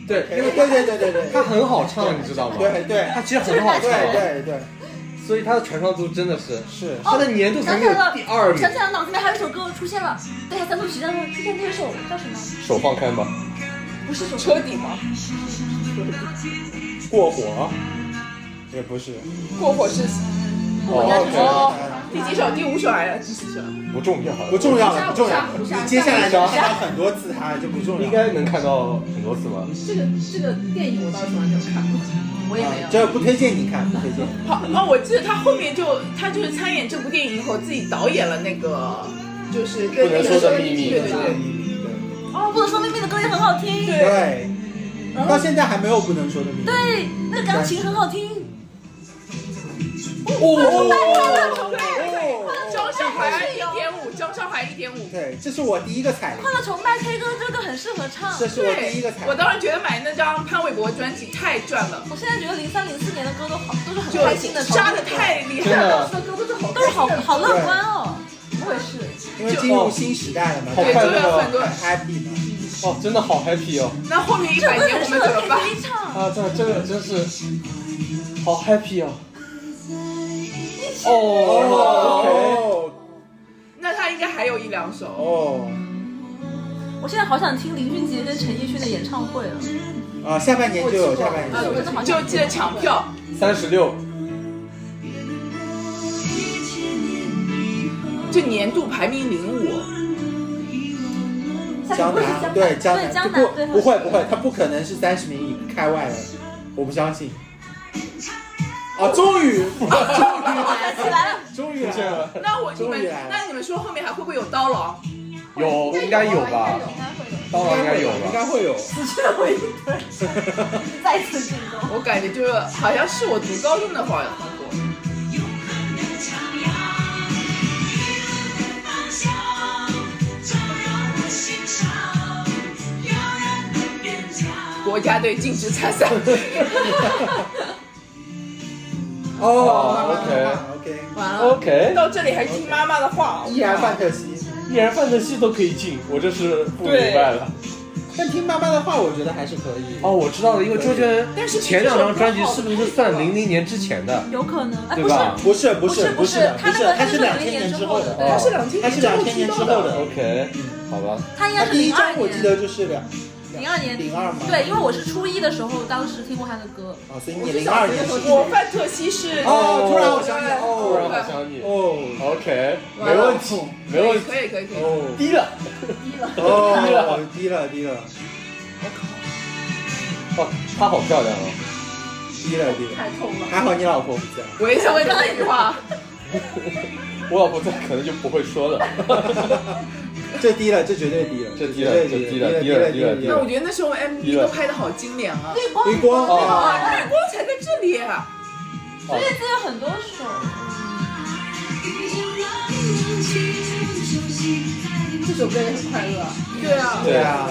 对，
可以，
因为
对对对对对
它
对
很好唱，你知道吗？
对对
它其实很好唱，
对对，
所以它的传唱度真的是，
是
它的年度排
想
名有
起来了，
第二
我
名
想。起来了，脑子里面还有一首歌出现了，对，它三部曲当中出现那首叫什么？
手放开吧，
不是首
车底吗？
过火，
啊
也不是，
过火是
哦
哦，
第几首？第五首还是第几首？
，OK，不重要，
不重要了，
不
不重
杀
要
不杀不杀
了，你接下来能看到很多次，它就不重
应
要了。
该能看到很多次吧？
这个这个电影我倒是从来没有看过。
我也没有。
这不推荐你看，不推荐。
好，哦，我记得他后面就他就是参演这部电影以后，自己导演了那个，就是跟
不
那
能
个
说的秘密
对对对。
哦，不能说妹妹的歌也很好听。
对
对，到现在还没有不能说的秘密。
对，那个钢琴很好听。
哦
张韶涵一点五，张韶涵一点五。
对，这是我第一个彩铃
快，乐崇拜 K 歌这个很适合唱。
这是我第一个彩
我
铃。
当时觉得买那张潘玮柏专辑太赚了，
我现在觉得零三零四年的歌都好，都是很
就
开心的
杀的太厉害
真
了。
的
这歌都是好
都是
哎
好好乐观哦。我也是，
因为进入新时代了嘛，
好
对，
大
就
快
家
乐
要很多。
很 happy 嘛。
哦，真的好 happy 哦！
那后面一
这
百
歌
年
很
我
适
们
合
怎么办？
KTV 唱。
啊，这这个真是好 happy 哦！哦，
那他应该还有一两首。
哦
我现在好想听林俊杰跟陈奕迅的演唱会了。
啊，下半年就有，下半年
这
就
首歌
有
真。的好
就
想
记
听。
得抢票，
三十六，
就年度排名零五，
江南对江
对
南，
江南
不
对
不会不会，他不可能是三十名以开外的，我不相信。哦，终于，
起来了，
终于
出现
来了，
了，
那我你
终于
们
来了
那你们说后面还会不会有刀郎？
有应该有吧？
应该有
应该会有。
刀郎应该有
应
吧？
该会有。
死去的回忆对，再次进攻。
我感觉就是好像是我读高中的会儿有听过，国家队禁止参赛。
哦
，OK，
完了，
OK，
到这里还听妈妈的话，
依然范特西。
依然范特西都可以进，我这是不明白了。
但听妈妈的话，我觉得还是可以。
哦，我知道了，因为周杰伦
但是
前两张专辑是不是算零零年之前的，
有可能，哎，
对
不是，
吧
不是不
是
不是的
不是他那个
他是
他是
两千
零
年
年
之
之
后
后
的
的，
哦
它是两千
他是两千年之后的。
？OK，好吧，
他应该
他
是
第一
零二
张
年，
我记得就是两
零二年，
零二嘛。
对，因为我是初一的时候，当时听过他的歌，
啊，所以你零二年是
我范特西是
哦，突然我想起来，
突然好
哦
想你。
哦
OK，没问题，没问题，
可以可以可以，
哦
低了。
哦，低了低了
哇，哦她好漂亮哦。
低了低了，
太痛了。
还好你老婆不在。
我也想问这句话，
我老婆在可能就不会 说了。
这低了，这绝对低了，
这低
绝
了
对
这低
低
了
了，
低
低
了低了
了
低
低
那
了
了。
我觉得那时候 MV 都拍的好精良啊，
绿光，啊
绿光
哇，
哦，
绿光才在这里啊，
哦
所以这有很多首，
这首歌也很快乐。
对啊，
对啊，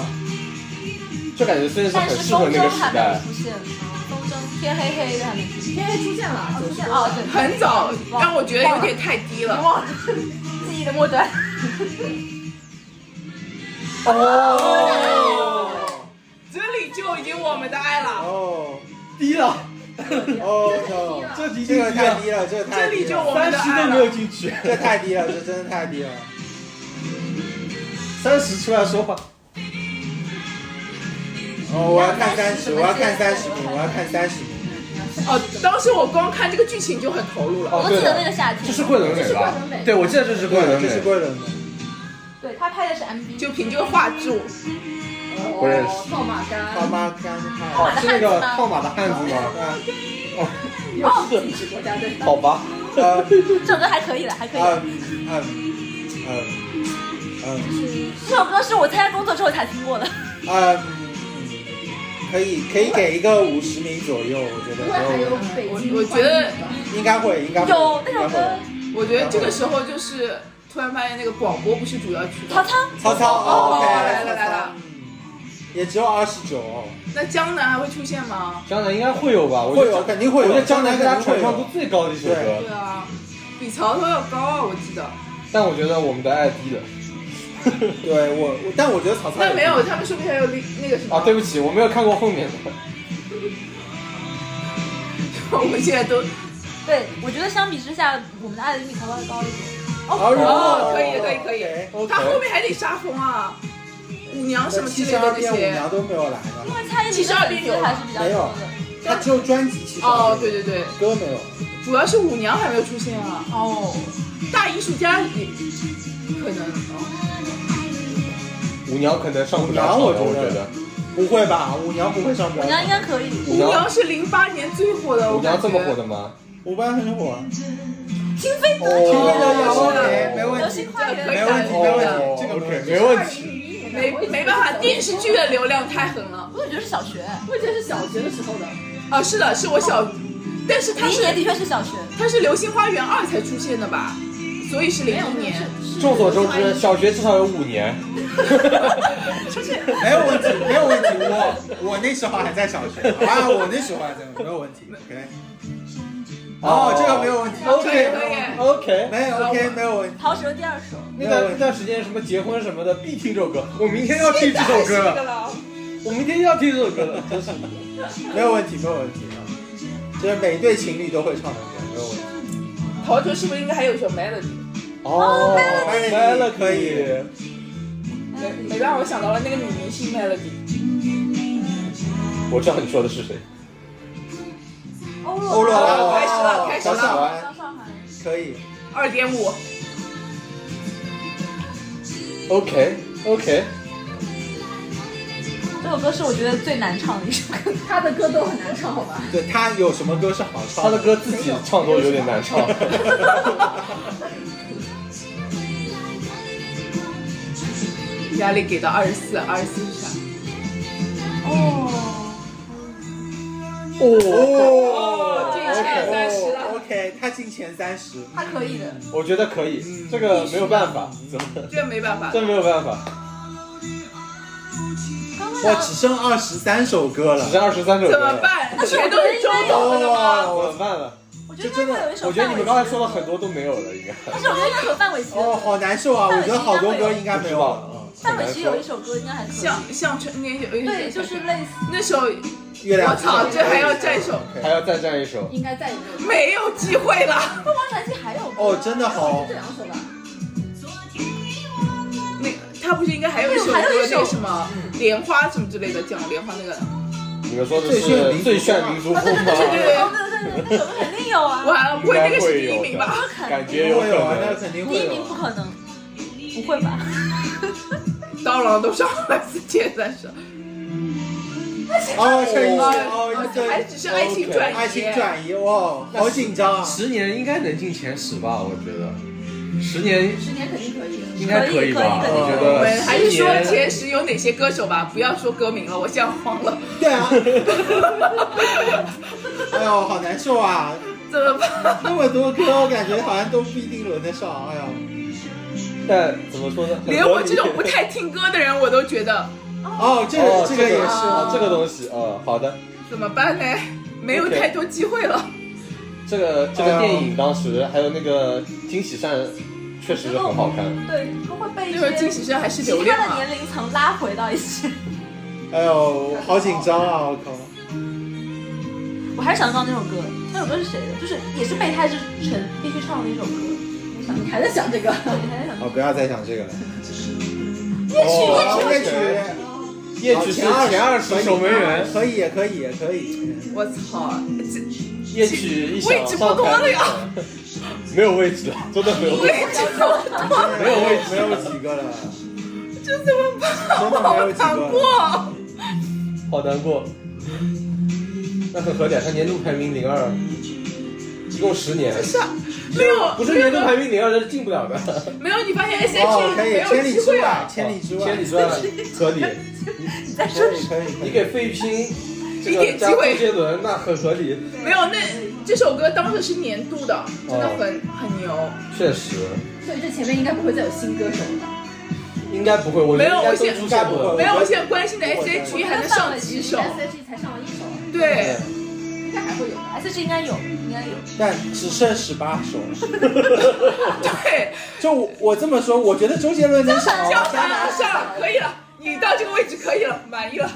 就感觉真的是
但
很
是
适合
风
那个
筝
时
还没有
代。
出现，嗯风筝天黑黑的还没出现，
天黑出现了，
出
出
现
现
哦
啊，，
对，
很早让我觉得有点太低了。
忘了记忆的末端，
哦
这里就已经我们的爱了，
哦
低 了，
哦，
这的
这
确
个太低了，这个太
这
低
里就
了，
我们的爱了。
进去，
这太低了，这真的太低了。
三十出来说话。
哦，我要看三十，我要看三十名，我要看三十名。
哦，当时我光看这个剧情就很投入了。
哦，
我
对
记得那个
了，
夏天，
这是桂纶镁吧
这是桂纶？镁
对，我记得这是桂纶
这是
镁。
桂纶镁。
对他拍的是 MV，
就凭这个画质，
不认识
哦号码杆，
他妈干他！
哦，是那个套马的汉子吗？
啊
又是自己是国家队。
好吧，
啊
这首歌还可以了，还可以了。
啊嗯嗯
这首歌是我参加工作之后才听过的，
嗯嗯，可以可以给一个五十名左右，我觉
不会还有
得
北
我
京
我觉得
欢迎吧
应该会，应该会，
有那
应该
首
会。
歌
我觉得这个时候就是突然发现那个广播不是主要曲
曹
的，
操，
曹操
哦
，OK，
来了来了，
也只有二十九哦，
那江南还会出现吗？
江南应该会有吧？我觉
会
得
有肯定会有，
我觉得江南是
肯
他
定
传
会
唱度
有。
最高的一首
对
歌，
啊，比曹操要高啊，我记得。
但我觉得我们的爱 低了。
对我，我但我觉得曹操
那没有，他们说不定还有那那个什么？
啊，对，不起，我没有看过后面的。
我们现在都
哎
对我觉得相比之下，我们的爱人比曹操要高一点。
哦，可以可以可以
OK，
他后面还得杀疯啊，舞娘什么之
七
类
十
的
二
那
变舞
些。
娘都没有来呢
因，为蔡依林的粉丝还是比较多的，
他只有专辑七十二
哦，
变
对对对，
歌没有。
主要是舞娘还没有出现啊。哦，大艺术家也可能。哦
舞娘可能上不了
舞娘
场，
我
我
觉得
觉得。
不会吧？舞娘不会上表演。
我娘应该可以。
舞
舞
娘
娘，是零八年最火的，
舞
我
娘
感
这
觉
么火的吗？
舞伴很火啊。
听飞
哦，听
哦
着也
是
OK，
的
没
流
问题，
星花园
没
没
问
问
题没
题，
问
没问
题
题，这个没
OK，哦没
问题。
问题。
没没办法，电视剧的流量太狠了。
我也觉得是小学，
我记得是小学的时候的，
啊，是的，是我小，但是它
零一年的
是
确是小学。
它是《流星花园二》才出现的吧？所以是零一年。
众所周知，小学至少有五年。
没有问题，哦没有问题。我我那时候还在小学啊，我那时候还在，没有问题。OK。哦，这个没有问题。
可以
OK
可以
OK。
没有 OK，没有问题。
陶喆第二首，
那段那段时间什么结婚什么的必听这首歌，我明天要听这首歌了，
了。
我明天要听这首歌了，真是。
没有问题，没有问题啊！这是每对情侣都会唱的歌，没有问题。
陶喆是不是应该还有一首 Melody？
哦
来了可以
没没办法，我想到了那个女明星 Melody。
我知道你说的是谁。
欧
欧若
拉
哦
拉，
开始了开始了
小小
张
安
韶涵，
可以。
二点五，
OK OK，
这首歌是我觉得最难唱的一首歌。
他的歌都很难唱，好吧？
对他有什么歌是好唱？
他的歌自己唱都有点难唱。
压力给到二十四、二十四以上。
哦，
哦
进前三十了
OK，他进前三十，
他可以的。
我觉得可以，这个没有办法，怎么
这没办法，
真没有办法，
刚
哇，
刚
只剩二十三首歌
只
了。
剩二十三首歌
怎么
了，
办？全都是周董的吗？
怎
哦
么办了？
我觉
这
得
真的
应该会有一，首
我觉得你们刚才说
了，
了很多都没有了，应该
但是我觉得那首范玮琪的，
哦，好难受啊！我觉得好多歌应该没有了。
范玮琪有一首歌应该还可以。
像像春年有一
对，就是类似
那时候
月亮
我操这还要这首
还要再战一首。
应该再有一个。
没有机会了。
凤凰传奇还有歌
哦，真的好
就这。两首吧。
那他不是应该还有一首歌
还有一首
那个什么莲花什么之类的，讲莲花那个。
你们说的是最炫民族
啊，对
风吗
对对？
对
对对，哦对对对，那首歌肯定有啊。
完了，不会那个是第一名吧？
应该会有的感
肯
觉
定
有
会
可
有啊， 那
能。
肯定
第
会
一
有
名不
啊。
可能，不会吧？
刀郎都上了四千三十，
哦，陈奕迅，
哦
哦，对，哦
还只是爱情转移，
爱情转移，哇，好紧张啊！
十年应该能进前十吧？我觉得，十年
十年肯定可以。
应该以吧？
可以可以可以
我觉
我
得
们还是
十
说
年
前十有哪些歌手吧，不要说歌名了，我想慌了，
对啊，哎呦，好难受啊！
怎么办？
那么多歌，我感觉好像都不一定轮得上。哎呦，
但怎么说呢？
连我这种不太听歌的人，我都觉得
哦，这
哦
个这个也是，
哦这个东西哦，好的，
怎么办呢？没有
OK
太多机会了。
这个这个电影当时还有那个金喜善，确实很好看。
哦
对，他会被一
那时候金
些
喜善还是啊留
其
恋
他的
嘛，
年龄层拉回到一起。
哎呦，好紧张啊！我靠。
我还是想到那首歌，那首歌是谁的？就是也是备胎之城必须唱的一首歌。我想
你还在想这个？
我还在想，
哦，不要再讲这个了。
哦
夜曲，
夜曲是前二十守门员，
可以，可以，可以。
我操，这
夜曲一响上台， 没有位置了，真的没有位置，
没有位，没有几个了，
这怎么办？
真的没
好
有几
难
个。
过。
好难过。那很合理，啊，他年度排名零二，一共十年，
是啊， 没有，
不是年度排名零二是进不了的。
没有，你发现 S
哦，
H
可以
没，
千
有
里
机
之
会啊
外
了，，
千里之外，
千里之外合理。
你在说
可以，可以，可
你
以。
给费玉清这
一
个
点机
加周
会
杰伦，那很合理，
没有。那这首歌当时是年度的，真的很很牛。
确实
所以这前面应该不会再有新歌手了。
应该不会，我觉得
没
应
有
该
我
都
现
出现
应该不
过
会
了。
没有，我现在关心的 S H E 还能上几首？
？S.H.E 才上了一首，
对，
嗯
应该还会有的。
S H 应该有，应该有。
但只剩十八首。
对，
就我我这么说，我觉得周杰伦能上
这样
王嘉
了，
尔，
上了，可以了，你到这个位置可以了，满意了。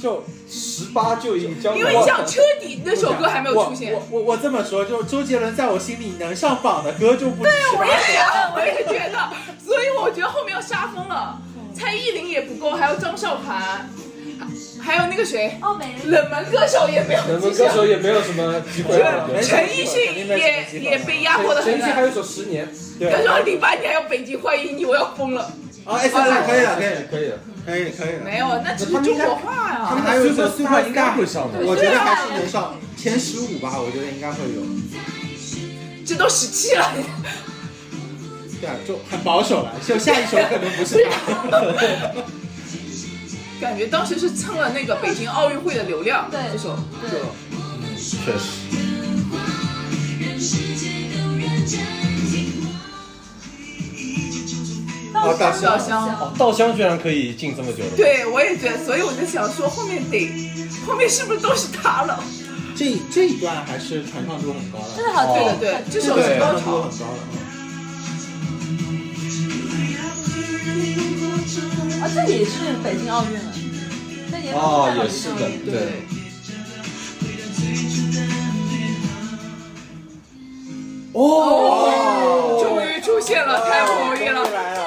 就
十八就已经，
因为你想，彻底那首歌还没有出现
我。我我我这么说，就周杰伦在我心里能上榜的歌就不止十八首。
啊，我也觉得，所以我觉得后面要杀疯了。蔡依林也不够，还有张韶涵，还还有那个谁，
哦，美人鱼。
冷门歌手也没
我们
有迹
歌
象。
手也没有什么机会了。
没
陈奕迅也也被压迫的
陈
很
奕迅还有
惨。
一首《十年》，
对，
他说零八年还有北京欢迎你，我要疯了。
啊，S H 可以了，可以啊了，
可以了。
可以了，可以了。
没有，那只是中国话呀、
他们还有一首 Super
应该会上的
我觉得
啊
还是能上前十五吧，我觉得应该会有。
这都十七了，
对啊，就很保守了，就下一首可能不 是他。
感觉当时是蹭了那个北京奥运会的流量。
对
这首
对，
啊确实，
哦，大
小
象，
香。
哦，稻香居然可以进这么久了。，
对，我也觉得，所以我就想说，后面得，后面是不是都是他了？
这这一段还是传唱度很高的
真，的好听。
对的，对，这首是
对，
高
传唱度
潮。
很高的。
啊，这也是北京奥运了。这也
哦，也是的，对
对。
哦，
终于出现了，太不容易
终于
了。
来了，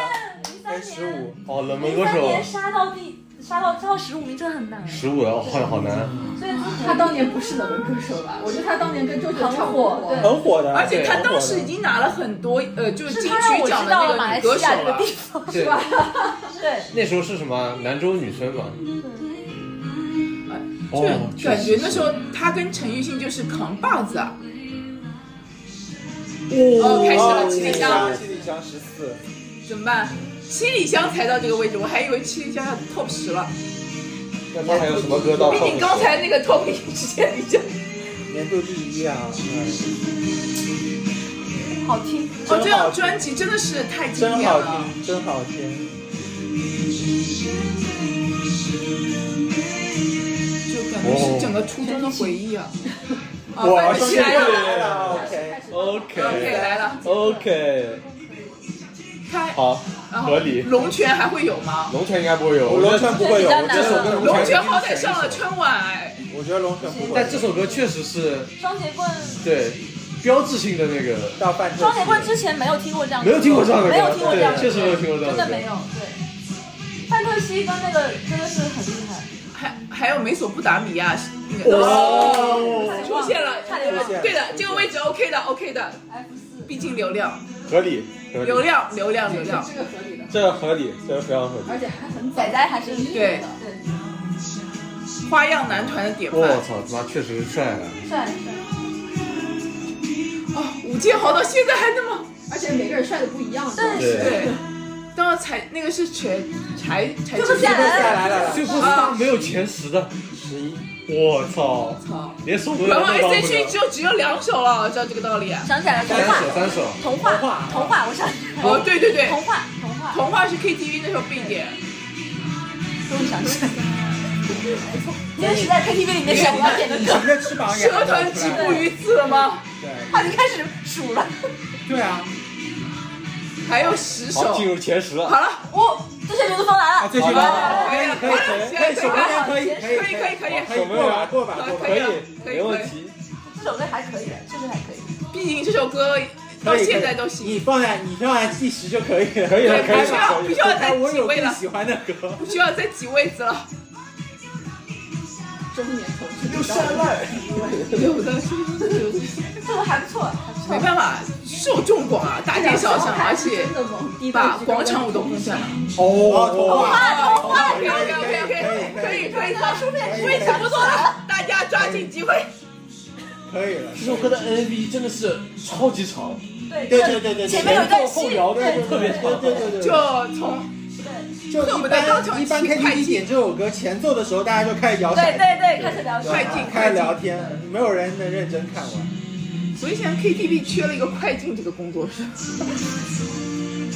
三
哎，十
年，
五，
哦，冷门
零
歌
三年
手
杀到第杀到杀到十五名真的很难，
十五了，哦，好好难。
所以
他当年不是冷门歌手吧？我觉得他当年跟周杰伦差不多
很火对
很火的，啊
而且他
很火的
当时已经拿了很多，呃，就是
是
金
他让
曲
我
奖
知
的
道了
那个
马来
女
西
歌手
亚这个
了
地。方，
对，
对，
那时候是什么兰州女生嘛？哦，
就感觉那时
候
候他跟陈奕迅就是扛把子啊。
哦
哦开始了七里香
七里香十四，
怎么办？七里香才到这个位置，我还以为七里香要 top 十了。
那
他还有什么歌到
比
top
你刚才那个 top 一直接比较。
年度第一啊？嗯
好听。
哦，这张专辑真的是太经
真
典
好
了。
听，真好听。
就感觉是
哦
整个初中的回忆啊！啊，
哇，
范
双
玮琪
截
来
棍
了，
来了，OK。
哦
范玮琪来了，
OK，
开，
好，
然后
哦合理。
哦龙泉还会有吗？
龙泉应该不会有，
我
我觉得
龙泉不会有，我这首歌
龙
泉
泉好歹上了春晚，哎
我觉得龙泉不会
但。这首歌确实是
双截棍，
对标志性的那个，
到半
双截棍之前没有听过这样的
没
歌，
有听过这样的歌，
没有听过这样的
对，确
歌，
实没有听过这样
真
的
的
歌，
没有。对，范特西跟那个真的是很厉害。
还还有美索不达米亚那个
哦
出现了，
差点忘
出现了
对的，这个位置 OK 的，OK 的，
F 四，
毕竟流量，
合理，合
流
理，
量，流量，流量，
这个合理
这合
的，
理，这非常合理。
而且还很早
仔。仔还是
对
对
花样男团的典范。
我操，他妈确实帅啊！
帅帅。
啊，吴建豪到现在还那么
而且每个人帅的不一样，
但
对
是
对，当然才那个是柴柴柴
就是
赛
下
来
啊
了，
最后他没有前十的，十一，我操，连宋祖
然后
都帮
S
不
H E 只
了。
有只有两首了，知道这个道理。
想起来了，童
三
话
首，三首，
童话，
童话
童话，我想起来了
哦，对对对，
童话，童话，
童话是 KTV 那首必点，
终于想起来了。因为是在 KTV 里面想不到点的歌，
你的翅膀也
蛇团止步于此了吗？
对
他就开始数了。
对啊，
还有十首，
好，进
好
入前十了。
了，
哦，这些刘德芳来
啊，
了，
这句吧，
好
可以可以可以，可以，可以
可以可以
可以
可以，
可以过吧过吧过吧，
可以
可以，可以
没问题。
这首歌还可以，确实还可以。
毕竟这首歌到现在都行，
你放在你放在第十就可以了，
可以了
对，
可以
不
了可以
需要不需要
了。
再
我
挤
有
位
更
了，
喜欢的歌，
不需要再挤位子了。
中年头是
就删了。
有的是有的是
这个还不错，还不错。
没办法，受众广啊，大街小巷，而且
真的猛，
把广场舞都攻占了。
哦，童话。
啊，童话
OK OK OK OK，可以可以，
那书面是
位置不错了，大家抓紧机会。
可以了。
这首歌的 MV 真的是超级长，
对
对对对对，
前面有一段
后
戏，
摇的
对
特别
对
长。
对对对，
就从
就一般一般 KTV 点这首歌前奏的时候，大家就开始摇
对
骰
对对，开始聊
子，
天
快进
开始聊天，没有人能认真看完。
所以现在 KTV 缺了一个快进这个工作室，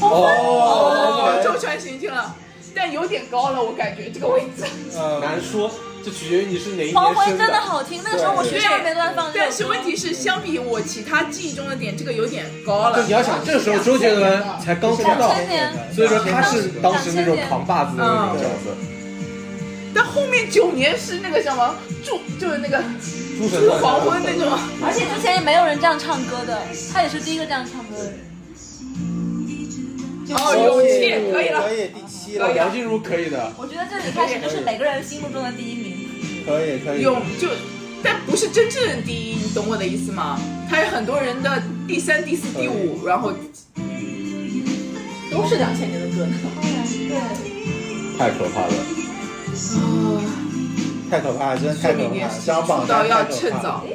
哦
周传行进了，但有点高了，我感觉这个位置。
呃，
难说，这取决于你是哪一
黄
年
昏
生
真的。好听，那个时候我学校里面都在放这首歌。
但是问题是，相比我其他记忆中的点，这个有点高
就
了
你。要想，这时候周杰伦才刚出道，所以说他是当时那种扛把子的那种角色。
嗯
但后面九年是那个什么祝，就是那个
朱晨
祝黄昏那种。
而且之前也没有人这样唱歌的，他也是第一个这样唱歌的。
哦，勇气可以
可
了。
以第七
可以
了，
梁静茹可以的，
我觉得这里开始就是每个人心目中的第一名。
可以可以。
勇就，但不是真正的第一，你懂我的意思吗？他有很多人的第三、第四、第
哎
五，然后
都是两千年的歌 呢。
对，
太可怕了。
太可怕了，真的
说
太可
明
怕
也
了，
是
这张
出
榜
道
单
要
太
趁
可怕了。
早。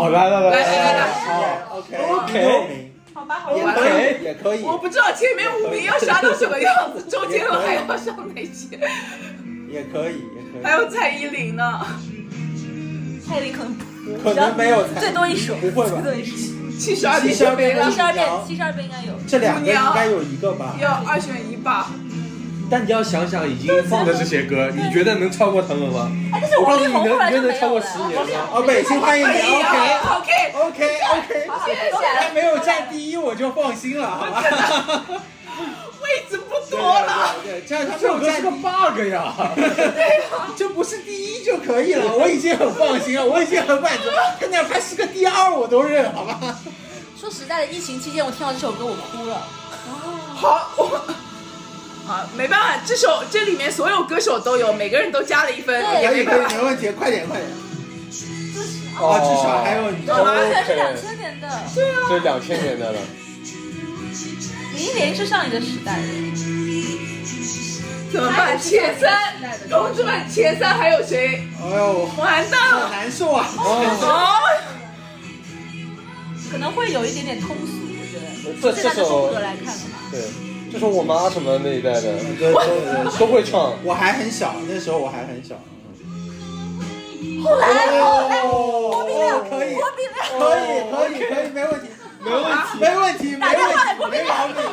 哦，来来来
来来来来
好，OK，第六名
好吧，好
哎也
吧。
可以，也可以，
我不知道前面五名要杀到什么样子，周杰伦还要上哪些？
也可以，也
还
可
有蔡依林呢，
蔡依林可能不
以，可能没有
最
才
多一首，
不会吧
最多一首。
七十二
七
点
十二
就
变
没了
七，十二
舞娘
变，七十二变应该有。
这两个应该有一个吧？
要二选一吧。
但你要想想，已经放的这些歌，你觉得能超过他们吗？
哎，但是王力宏后来就没有了。
哦，北京欢迎
哎
你，OK。
OK，
OK OK，他没有占第一我就放心了，好吧？
位置不多了。
对，这样他没
这首
有
歌是
占
个 bug 呀！
这不是第一就可以了，我已经很放心了，我已经很满足。他哪怕是个第二我都认，好吧？
说实在的，疫情期间我听到这首歌我哭了。
好，我啊，没办法，这首这里面所有歌手都有，每个人都加了一分，
对
也
可
没
以可
办
以，
法。
没问题，快点快点。
啊
哦，至少还有你。
完全是两千年的，
这两千年的了，
林忆莲是上一个时代的。
怎么办？前三，同志们，前三还有谁？
哎呦，
完蛋
好
了！
难受啊！
哦，
可能会有一点点通俗，我觉得。
这
现
这
在的风
首
格来看的话，
对，就是我妈什么那一代的
对对对，对
都会唱。
我还很小，那时候我还很小。
后来后来
哦，哦可以，
郭碧亮，
可以，可以，可以，没问题，没问题，没问题，没
打电话来
问
郭
题，
碧
没毛
亮
病，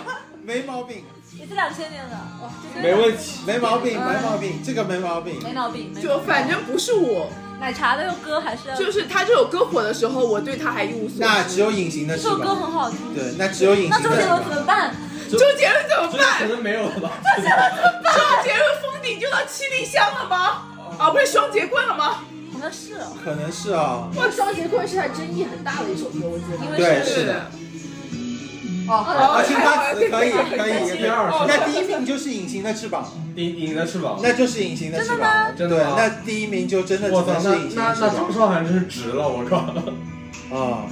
没毛病，
也是两千年的，哇，这
没
真的
问题，
没毛病，没毛病，这个没毛病。
没毛病，没
就反正不是我，
奶茶的歌还是要，
就是他这首歌火的时候，我对他还一无所
那
知。
只有隐形的
这
翅
首歌
膀。
很好听。
对，那只有隐
那
形
周
的
杰
翅
伦怎
膀。
么办？
周杰伦怎么办
可？能没有了吧？
周杰伦封顶就到七里香了吗？
哦
啊，不是双截棍了吗？
好像是哦，
可能是啊，
《双截棍》是他争议很大的一首歌，我记
因
得。
对，
为
是的。
哦
啊，青花瓷可以，
对
可以，
第二
哦
那第一名就是隐形的翅膀，
你你的翅膀，
那就是隐形的翅膀，对，
真的吗
那第一名就真的
我
只
操
能，是
那
隐形
那
的翅
那张
膀
韶涵真是值了，我靠！
啊。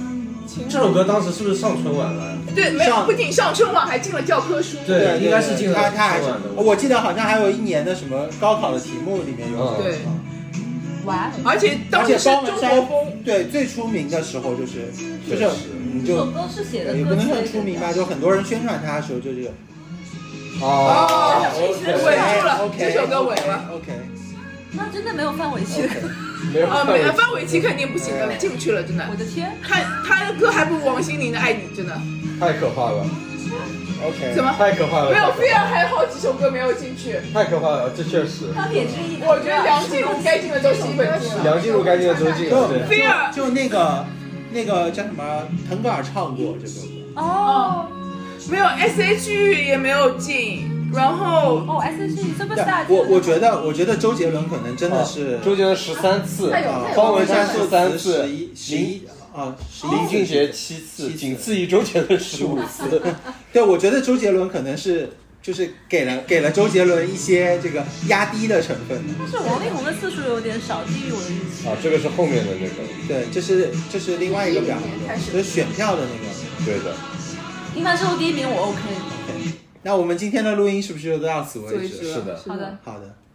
这首歌当时是不是上春晚了？
对，没有，
上
不仅上春晚，还进了教科书。
对应该是进了
他他还是
春晚的，
我记得好像还有一年的什么高考的题目里面有
嗯
对
哇，
而且
而
当
且
时是
高
中
文
国
山
风，
对最出名的时候就是就
确
是
实
你
这
就呃
首歌是写的
也不
歌
能
词
算
也
出
是
名吧，就很多人宣传他的时候就是
哦
稳住了
OK，
这首歌稳了
OK，
那真的没有范玮琪的
OK，
歌，
没有
啊，没了，范玮琪肯定不行的，
哎
进不去了，真的
我。的天，
他他的歌还不如王心凌的《爱你》，真的。
太可怕了，
OK，
怎么
太可怕了，
没有，飞扬还有好几首歌没有进去。
太可怕了，这确实，
钢铁之翼的歌，
我觉得梁静茹该进的都基本进了。
梁静茹该进的都进了，对，
菲儿
就就那个那个叫什么腾格尔唱过这首歌，
哦
没有 S.H.E 也没有进，然后
哦，S H E Superstar，
但我我觉得我觉得周杰伦可能真的是
哦啊周杰伦十三次
他，有
啊
他有
方文山
作
是三
词
次
十一十一啊十一
林俊杰七次，
七次
仅次于周杰伦十五 次。
对，我觉得周杰伦可能是就是给了给了周杰伦一些这个压低的成分，
但是王力宏的次数有点少，低于我的预期。
啊，这个是后面的那个，
对，这是这是另外一个表
11年开
达，
始
就是选票的那个。
对的，
平凡生活第一名我 OK，
那我们今天的录音是不是就到此为
为
止？
止
是的。
好的，
好的，